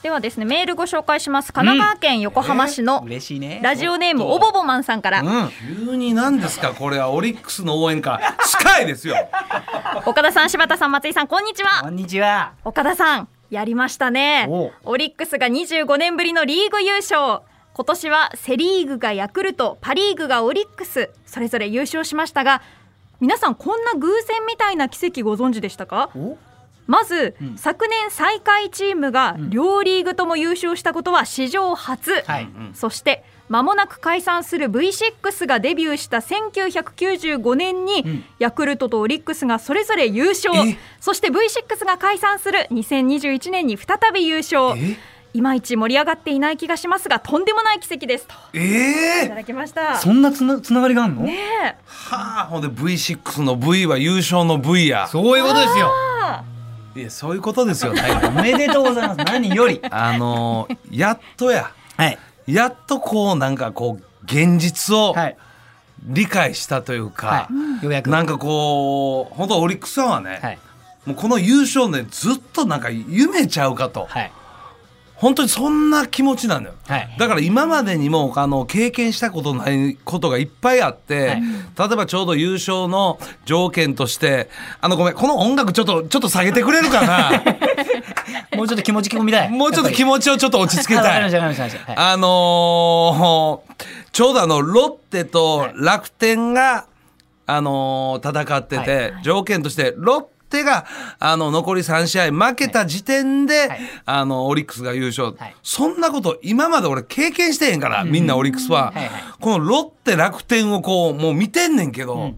ではですねメールご紹介します神奈川県横浜市の嬉しいねラジオネームおぼぼまんさんから、急に何ですかこれはオリックスの応援歌スカイ ですよ岡田さん柴田さん松井さんこんにちはこんにちは岡田さんやりましたねおうオリックスが25年ぶりのリーグ優勝今年はセ・リーグがヤクルトパ・リーグがオリックスそれぞれ優勝しましたが皆さんこんな偶然みたいな奇跡ご存知でしたかおまず、ん昨年最下位チームが両リーグとも優勝したことは史上初、はいそして間もなく解散する V6 がデビューした1995年に、ヤクルトとオリックスがそれぞれ優勝えそして V6 が解散する2021年に再び優勝えいまいち盛り上がっていない気がしますがとんでもない奇跡ですといえたえだきました。そんなつなつながりがあるの、ねえはあほんで V6 の V は優勝の V やそういうことですよいやそういうことですよねおめでとうございます何よりあの ーやっとやはいやっとこうなんかこう現実をはい理解したというか、はいようやくなんかこう本当オリックスさんはね、はいもうこの優勝ねずっとなんか夢ちゃうかと、はい本当にそんな気持ちなのよ、はいだから今までにもあの経験したことないことがいっぱいあって、はい例えばちょうど優勝の条件としてあのごめんこの音楽ちょっとちょっと下げてくれるか もうちょっと気持ち込みたいなもうちょっと気持ち持ちをちょっと落ち着けわかたりまいしたわかりましたわかりましたはいあのーちょうどあのロッテと楽天が、あのー戦ってて、条件としてロッテがあの残り3試合負けた時点で、はいあのオリックスが優勝、はいそんなこと今まで俺経験してへんから、みんなオリックスは、はいはいこのロッテ楽天をこうもう見てんねんけど、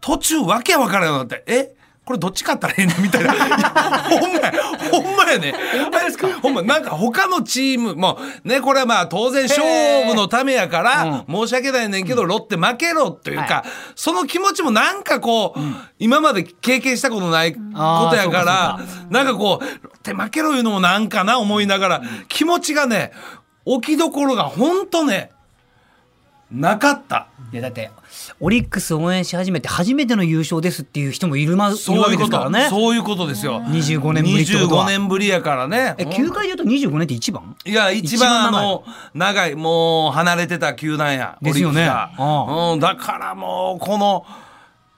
途中わけわからんようになってえこれどっち勝ったらええねんみた いないやほんまやほんまやねほんまですか ほんまなんか他のチームもねこれはまあ当然勝負のためやから、申し訳ないねんけど、ロッテ負けろというか、はその気持ちもなんかこう、今まで経験したことないことやからあーなんかこうロッテ負けろいうのもなんかな思いながら、気持ちがね置きどころがほんとねなかった。いやだってオリックス応援し始めて初めての優勝ですっていう人もいる,、ま、いるわけですからねそういうことですよ。 25年ぶりってことは25年ぶりやからねえ。球界で言うと25年って一番いや、一番あの、長い、もう離れてた球団や。ですよねオリックスがうん、だからもう、この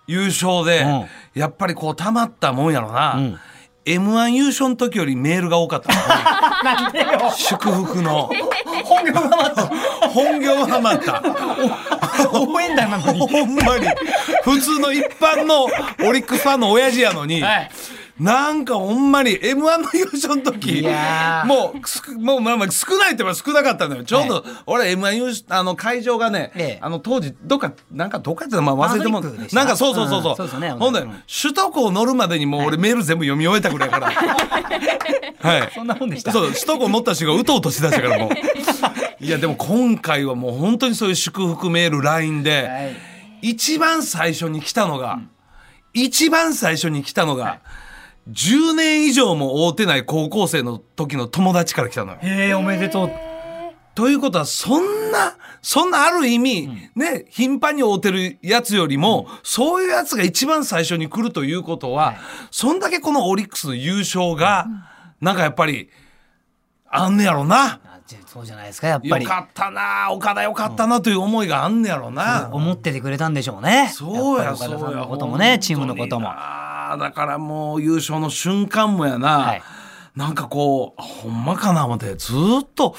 優勝で、やっぱりこう、溜まったもんやろな。ん M1 優勝の時よりメールが多 かった。なんでよ祝福の。本業がまず本業がまた。 応援団なのにほんまに。普通の一般のオリックスファンの親父やのに。はいなんかほんまに M1 の優勝の時いやーもうすくもうまあまあ少ないって言えば少なかったのよちょうど俺 M1 優勝あの会場がね、ええあの当時どっかなんかどっかってまあ忘れてもパナソニックでしたなんかそうそうそうそう,、うんそうですよねほんで、うん首都高乗るまでにもう俺メール全部読み終えたぐら いからはいそんなもんでしたそう首都高乗った人がうとうとしてた しからもういやでも今回はもう本当にそういう祝福メール LINE で、はい一番最初に来たのが、一番最初に来たのが、10年以上も会うてない高校生の時の友達から来たのよ。へえおめでとうということは、そんな、そんなある意味、ね、頻繁に会うてるやつよりも、そういうやつが一番最初に来るということは、そんだけこのオリックスの優勝が、なんかやっぱり、あんねやろな。あじゃあそうじゃないですかやっよぱりかったな、岡田よかったなという思いがあんねやろな。思っててくれたんでしょうねそうや、っぱそりう岡田さや。んのことも本当ねにチームのこともなあだからもう優勝の瞬間もやな。はいなんかこう、ほんまかな思って、ずーっと、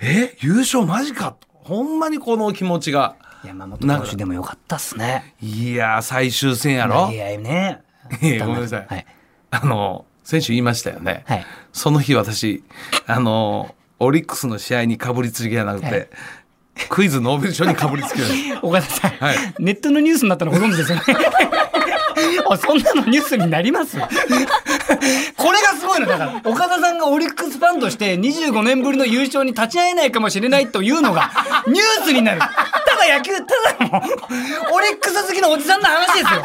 え、優勝マジかと。ほんまにこの気持ちが。山本投手でもよかったっすねいやー、最終戦やろい。やねいやごめんなさいはいあの、選手言いましたよね。はいその日私、あの、オリックスの試合にかぶりつきじゃなくて、はいクイズノーベル賞にかぶりつき ました。岡田さん、はいネットのニュースになったのご存知ですよね あそんなのニュースになります これがすごいのだから岡田さんがオリックスファンとして25年ぶりの優勝に立ち会えないかもしれないというのがニュースになるただ野球ただのオリックス好きのおじさんの話ですよ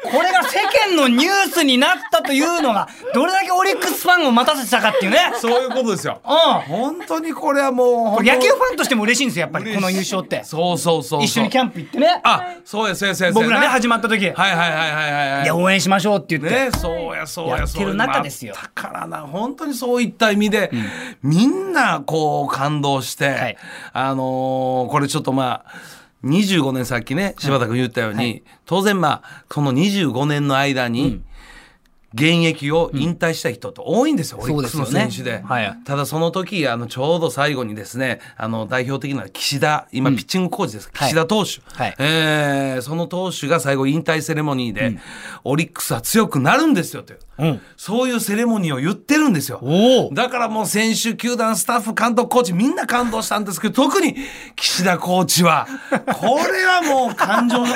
これが世間のニュースになったというのが、どれだけオリックスファンを待たせてたかっていうね。そういうことですようん。本当にこれはもうこれ野球ファンとしても嬉しいんですよ、やっぱり、この優勝って。そうそうそうそう一緒にキャンプ行ってね。あそうやそうやそうや僕らね、始ままった時、いはいはいはいはいはいはいや、応援しましょうって言って。ね、そうやそうややっそうてる中ですよだからな本当にそういった意味で、みんなこう感動して、はいあのーこれちょっとまあ25年さっきね柴田君言ったように、当然まあその25年の間に、現役を引退した人って多いんですよ、オリックスのそうですよ選ね手で。はいただその時、あの、ちょうど最後にですね、あの、代表的な岸田、今、ピッチングコーチです。はい岸田投手。はいえーその投手が最後引退セレモニーで、オリックスは強くなるんですよ、という。うん。そういうセレモニーを言ってるんですよ。おお。だからもう選手、球団、スタッフ、監督、コーチ、みんな感動したんですけど、特に岸田コーチは、これはもう感 情の、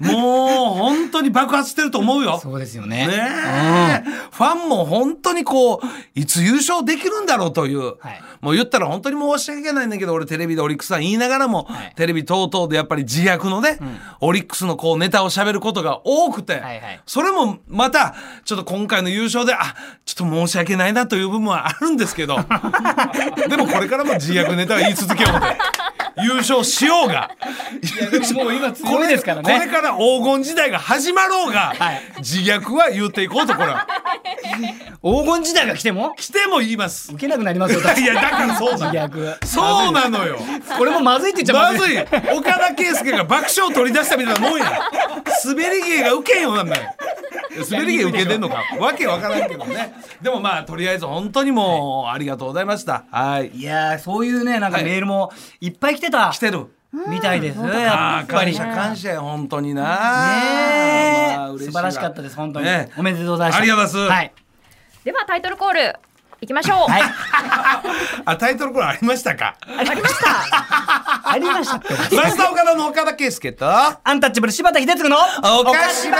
もう本当に爆発してると思うよ。そうですよね。ねえ、ファンも本当にこう、いつ優勝できるんだろうという、はいもう言ったら本当に申し訳ないんだけど、俺テレビでオリックスさん言いながらも、はいテレビ等々でやっぱり自虐のね、オリックスのこうネタを喋ることが多くて、はいはいそれもまた、ちょっと今回の優勝で、あ、ちょっと申し訳ないなという部分はあるんですけ ど、でもこれからも自虐ネタは言い続けようと。優勝しようが。もう今強いですからこれこれね。から黄金時代が始まろうが、はい自虐は言っていこうとこ れは黄金時代が来ても、来ても言います受けなくなります よ、だっていやだからそうな自の虐。そうなのよこれもまずいって言っちゃまずい岡田圭佑が爆笑を取り出したみたいなもんや滑り芸がウケんようなんだよ滑り芸受けてんのかわけわからんけどねでもまあとりあえず本当にもうありがとうございましたはいいやー、そういうね、なんかはいメールもいっぱい来てた来てるみたいですね。あやあっぱ感り。謝ね感謝よ本当になえまあ嬉い素わ晴らしかったです、本当にね。おめでとうございました。ありがとうございますはい。ではタイトルコールいきましょう、はい。 あタイトルコールありましたかありました ありましたって。マスター岡田の岡田圭佑と、アンタッチャブル柴田秀嗣のおおか菓し子ば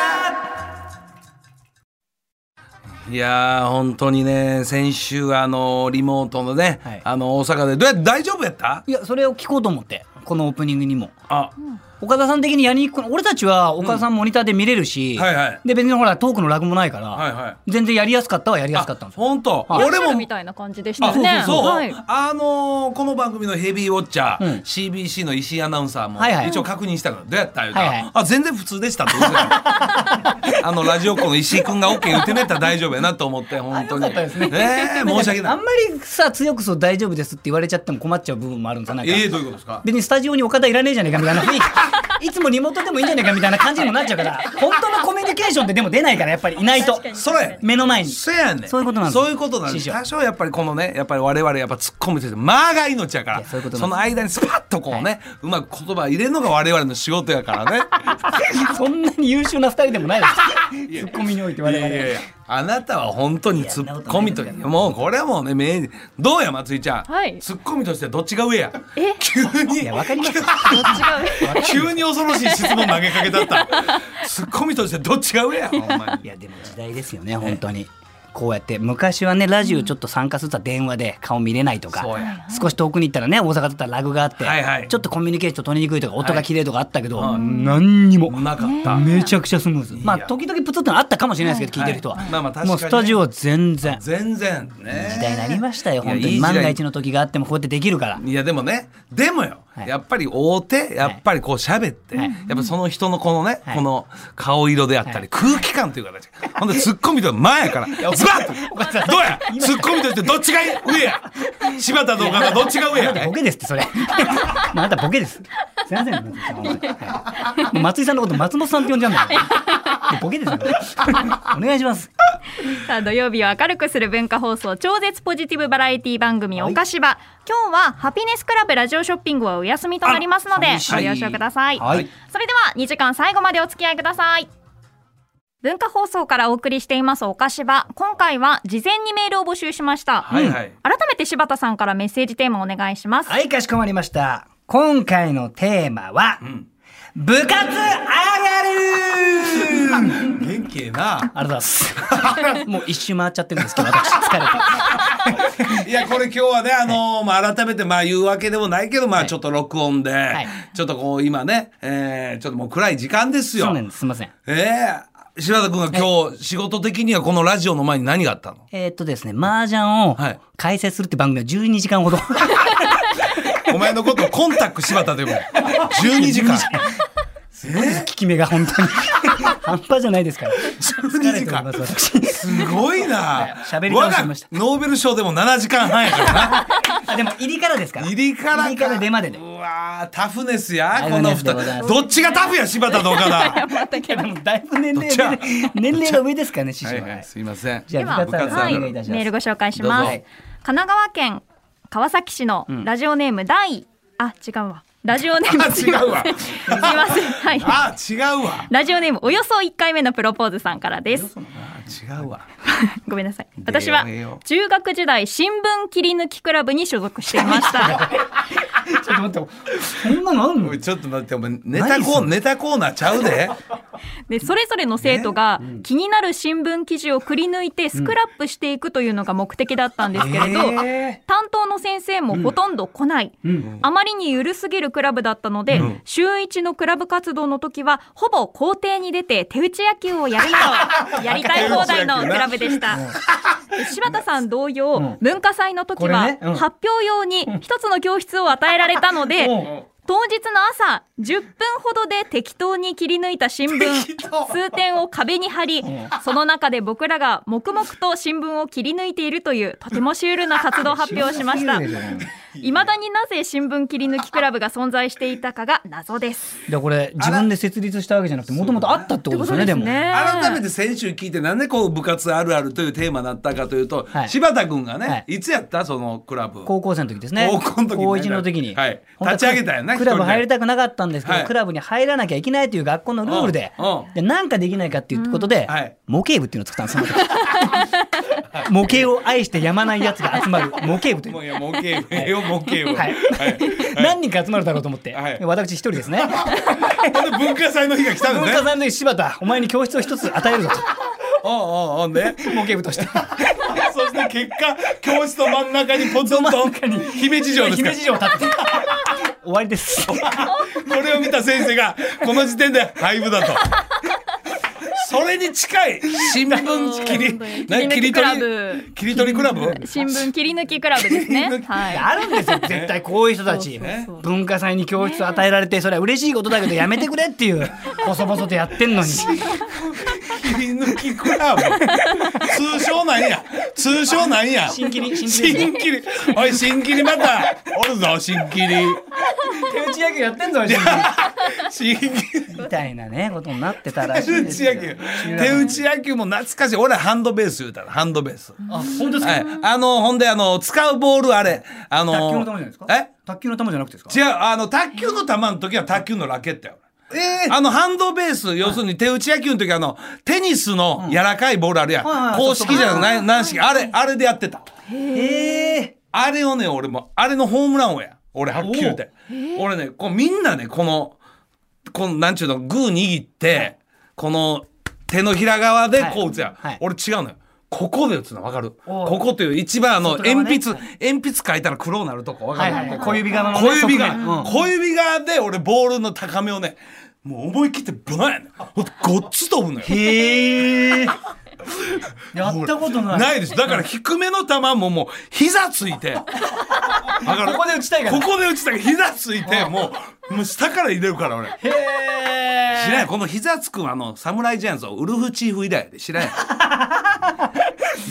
いやー、本当にね、先週、あの、リモートのね、はいあの、大阪で、どうやって大丈夫やったいや、それを聞こうと思って、このオープニングにも。あ、岡田さん的にやりにくく俺たちは岡田さんモニターで見れるし、はいはいで別にほらトークのラグもないから、はいはい全然やりやすかったはやりやすかったんですよ本当、はい俺俺ももみ、たいな感じでしたあ、よねそう、はい、あのーこの番組のヘビーウォッチャー、うん CBC の石井アナウンサーも、はいはい一応確認したから、どうやった言うたら、はいはいあ、全然普通でしたって言ってたあの、ラジオっ子の石井君が OK 言ってんのやったら大丈夫やなと思って、本当に。よかったですねねえ申し訳なあいん。まりさ強くそう大丈夫ですって言われちゃっても困っちゃう部分もあるんですよなんか、ええどういうことですか別にスタジオに岡田いらねえじゃねえかみたい ないつもリモートでもいいんじゃねえかみたいな感じにもなっちゃうから本当のコミュニケーションってでも出ないからやっぱりいないと確かにそれ目の前にそうやねんそういうことなんですそういうことなんで師す匠多少やっぱりこのねやっぱり我々やっぱ突っ込むという間が命やかいらやそういうことなんですの間にスパッとこうね、うまく言葉入れるのが我々の仕事やから ね そんなに優秀な二人でもないですツッコミにおいて我い々やいやいやあなたは本当に突っ込みといやそんなことないもうこれはもうね名人どうや松井ちゃん、はい突っ込みとしてどっちが上やえ急にいやわかりますよ違う急に恐ろしい質問投げかけだった突っ込みとしてどっちが上やほんまいにやでも時代ですよね本当にこうやって昔はねラジオちょっと参加するとは電話で顔見れないとかそうや少し遠くに行ったらね大阪だったらラグがあって、はいはいちょっとコミュニケーション取りにくいとか音が綺麗とかあったけど、はい何にもなかった、めちゃくちゃスムーズまあいや時々プツってのあったかもしれないですけど聞いてる人は、はいまあまあ確かにねもうスタジオは全然時全然ね代になりましたよいや本当いいに時代万が一の時があってもこうやってできるからいやでもねでもよ、はいやっぱり大手やっぱりこう喋って、はいやっぱその人のこのね、はいこの顔色であったり、はい空気感という形ほんでツッコミと前や からズバッとどうやツッコミとしてどっちが上や柴田と岡田どっちが上あ やなたボケですってそれ あなたボケですすいません松井さん本当にはいもう松井さんのこと松本さんって呼んじゃうんだよボケですよお願いしますさあ土曜日を明るくする文化放送超絶ポジティブバラエティ番組はいおかしば、今日はハピネスクラブラジオショッピングはお休みとなりますのであご寂しい了承ください、はいそれでは2時間最後までお付き合いください文化放送からお送りしていますおかしば今回は事前にメールを募集しました、はいはい改めて柴田さんからメッセージテーマお願いします、はい、かしこまりました。今回のテーマは、部活上がるありがとう元気ええなございます。 もう一周回っちゃってるんですけど、私疲れて。いやこれ今日はねあのーまあ、改めてまあ言うわけでもないけどまあはいちょっと録音で、いちょっとこう今ね、えーちょっともう暗い時間ですよそうなんです、すいません。ええ柴田君が今日仕事的にはこのラジオの前に何があったのえーっとですね、麻雀をはい解説するって番組が12時間ほど。お前のことコンタック柴田でも12時 間すごい効き目が本 当に。半端じゃないですから。疲れております、私。すごいな喋り倒しました我がノーベル賞でも7時間半やからな あ、でも入りからですから。入りからか入りから出までで。うわータフネスやタこフのネスでござい2ま人すどっちがタフや柴田 と岡田いやでもだいぶ年どっちや齢上で、年齢が上ですからね、師匠はいは。はいすいませんじゃあでは部活さんお願いいメたしますールご紹介しまどすうぞ神奈川県川崎市のラジオネーム第、あ違うわラジオ ネームあすいま違うわせんすいませんはいあ違うわラジオネームおよそ1回目のプロポーズさんからですあ違うわ ごめんなさい出よう私は出よう中学時代新聞切り抜きクラブに所属していました ちょっと待って、こんなのあんのおいちょっと待ってお前ネタコーネタコーナーちゃうででそれぞれの生徒が気になる新聞記事をくり抜いてスクラップしていくというのが目的だったんですけれど、え担当の先生もほとんど来ない、ーうん。あまりにゆるすぎるクラブだったので、うん週一のクラブ活動の時はほぼ校庭に出て手打ち野球をやる などやりたい放題のクラブでした。で柴田さん同様、うん文化祭の時これは、ねうん発表用に一つの教室を与えられたので、うん当日の朝10分ほどで適当に切り抜いた新聞数点を壁に貼りその中で僕らが黙々と新聞を切り抜いているというとてもシュールな活動を発表しました シュールじゃないのいまだになぜ新聞切り抜きクラブが存在していたかが謎ですだからこれ自分で設立したわけじゃなくてもともとあったってことですよねでも改めて先週聞いてなんでこう部活あるあるというテーマだったかというと、はい柴田君がね、、はいつやったそのクラブ高校生の時ですね高校の時ね高一の時に、はい本当立ち上げたよねクラ一人ブで入りたくなかったんですけど、はいクラブに入らなきゃいけないという学校のルールでうんうんでなんかできないかっていうことで、うんはい模型部っていうのを作ったんですそ の時模型を愛してやまないやつが集まる模型部というもういや模型部よ模型部はい何人か集まるだろうと思って、はい私一人です ねほんで文化祭の日が来た文のね化さんの時柴田お前に教室を一つ与えるぞとおうおうおうね模型部として そして結果教室の真ん中にポツンと姫路城ですか姫路城を立って 終わりですこれを見た先生がこの時点で廃部だとそれに近い新聞切りな切りクラ取りブ切り取りクラブ新聞切り抜きクラブですね はいあるんですよ絶対こういう人たちねそうそう文化祭に教室与えられてそれは嬉しいことだけどやめてくれっていう細々とやってん のに切り抜きクラブ通称なんや通称なんや新切り新切り新切りおい新切りまたおるぞ新切り手打ち野球やってんぞ新新切りみたいなねことになってたらし手い打ですちよ野球手打ち野球も懐かしい俺ハンドベース言うたらハンドベース あ本当ですか、はいあのほんであの使うボールあれあの卓球の球じゃないですかえ卓球の球じゃなくてですか違うあの卓球の球の時は卓球のラケットやえあのハンドベース要するに手打ち野球の時あのテニスの柔らかいボールあるやん、はいはい公式じゃない軟式あれあれでやってたへえあれをね俺もあれのホームラン王や俺はっきり言って俺ねこうみんなねこのこのなんちゅうのグー握って、この手のひら側でこう打つやん、はいはい俺違うのよここで打つの分かるおうここという一番あの外側ね鉛筆、鉛筆書いたら黒になるとこ分かはる、いはいはい小指側のね小指が、側面うん小指側で俺ボールの高めをねもう思い切ってブーンほんとごっつ飛ぶのよ。へ えやったことないないですだから低めの球ももう膝 ついてだからここで打ちたいから ここで打ちたい膝ついてもうもう下から入れるから俺へえ知らんやこの膝つくんあの侍ジャイアンツのウルフチーフ以来やで知ら んや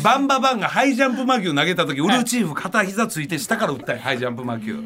バンババンがハイジャンプ魔球投げた時ウルフチーフ片膝ついて下から打ったんやハイジャンプ魔球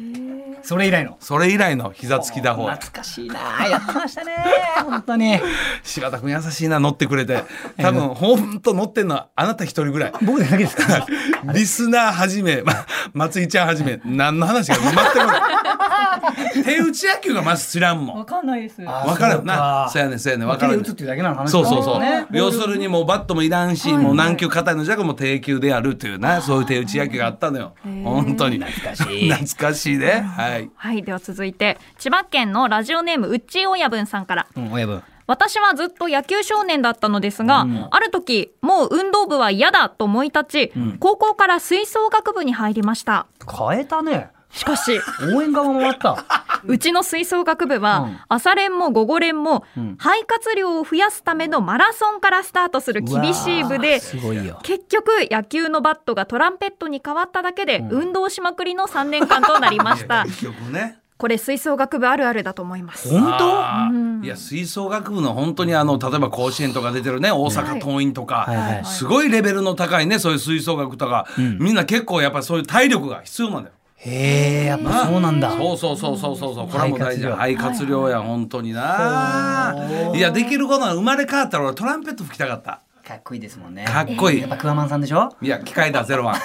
それ以来のそれ以来の膝つき打法懐かしいなやってましたね本当に柴田君優しいな乗ってくれて多分ほんと乗ってんのはあなた一人ぐらい僕だけですか リスナーはじめ、ま、松井ちゃんはじめ、何の話か全 く分からん手打ち野球がまず知らんもん。かんないです分かるよな。そうやねんそうやねん分かる手よ打ねつっていうだけなの話そうそうそう。ね要するにもうバットもいらんし、もう軟球硬いのじゃがもう低球でやるというな、そういう手打ち野球があったのよ。本当に。懐かしい。懐かしいね。はい。はいでは続いて千葉県のラジオネームうっちー親分さんからうん親分私はずっと野球少年だったのですが、ある時もう運動部は嫌だと思い立ち、高校から吹奏楽部に入りました変えたね しかし応援側もあった うちの吹奏楽部は、うん朝練も午後練も、うん肺活量を増やすためのマラソンからスタートする厳しい部で、すごいよ。結局野球のバットがトランペットに変わっただけで、ん運動しまくりの3年間となりまし た結局ねこれ吹奏楽部あるあるだと思います本当あーうんいや吹奏楽部の本当にあの例えば甲子園とか出てるね大阪桐蔭とか、はいはいすごいレベルの高いねそういう吹奏楽とか、みんな結構やっぱりそういう体力が必要なんだよ。へえ、やっぱそうなんだ。そうそうそうそうそうそうこれはもう大事や肺活量や本当になほういやできることは生まれ変わったら俺トランペット吹きたかったかっこいいですもんね。かっこいいやっぱクワマンさんでしょ いや機械だゼロワン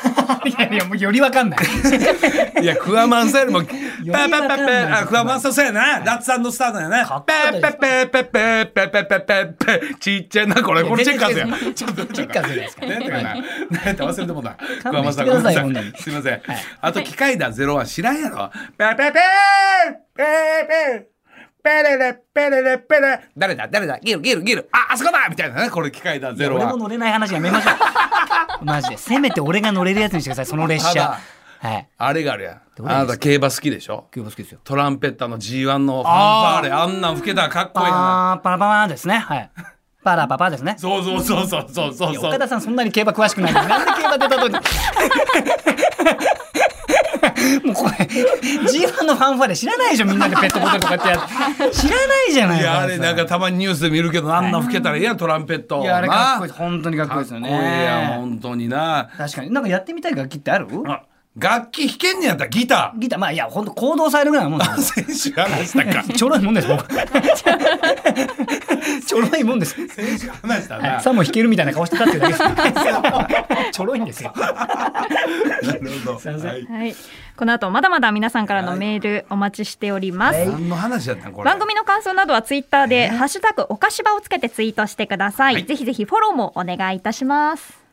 いやいや、もうよりわかんない。いやクワマンさんよりもパりパわかんないパパパあクワマンさんそうやなラッツスターだよねかパっこよかパったですパパパパパパパパパちっちゃいなこれこれチェッカーズやちょっ とチェッカーズじゃないですか。何やったかな何やった忘れてもうた。勘桑弁間してさんくださいごめんなほんさといすいません。あと、機械だゼロは知らんやろ。ペペペーペーペーペレレペレレペレ誰だ誰だギルギルギルああそこだみたいなねこれ機械だゼロ俺はも乗れない話やめましょ う。マジで。せめて俺が乗れるやつにしてください、その列た車だ。はい。あれがあるやんどれですかあなた競馬好きでしょ競馬好きですよ。トランペッターの G1 のファンファーレあんなん吹けたらかっこいいなパーパラパラですね。はい。パラパパですね。そうそうそうそうそうそういやそう岡田さんそんなに競馬詳し くないのになんで競馬出たとに もうこれ G1 のファンファレ知らないでしょみんなでペットボトルとかってやって知らないじゃないいやあれ岡田なさんかたまにニュースで見るけどあんな吹けたらいいやんトランペットいやあれかっこいいな本当にかっこいいですよねかっこいいやん本当にな確かになんかやってみたい楽器ってあるあ楽器弾けんねやったらギタ ギターまあいや本当行動されるぐらいなもんだー選手話した かちょろいもんです僕ちょろいもんです選手話したはいなさも弾けるみたいな顔してたっていうだ けですちょろいんですよなるほどすいませんはいはい、この後まだまだ皆さんからのメールお待ちしております、何の話やったんこれ番組の感想などはツイッターで、ハッシュタグおかしばをつけてツイートしてください、はいぜひぜひフォローもお願いいたします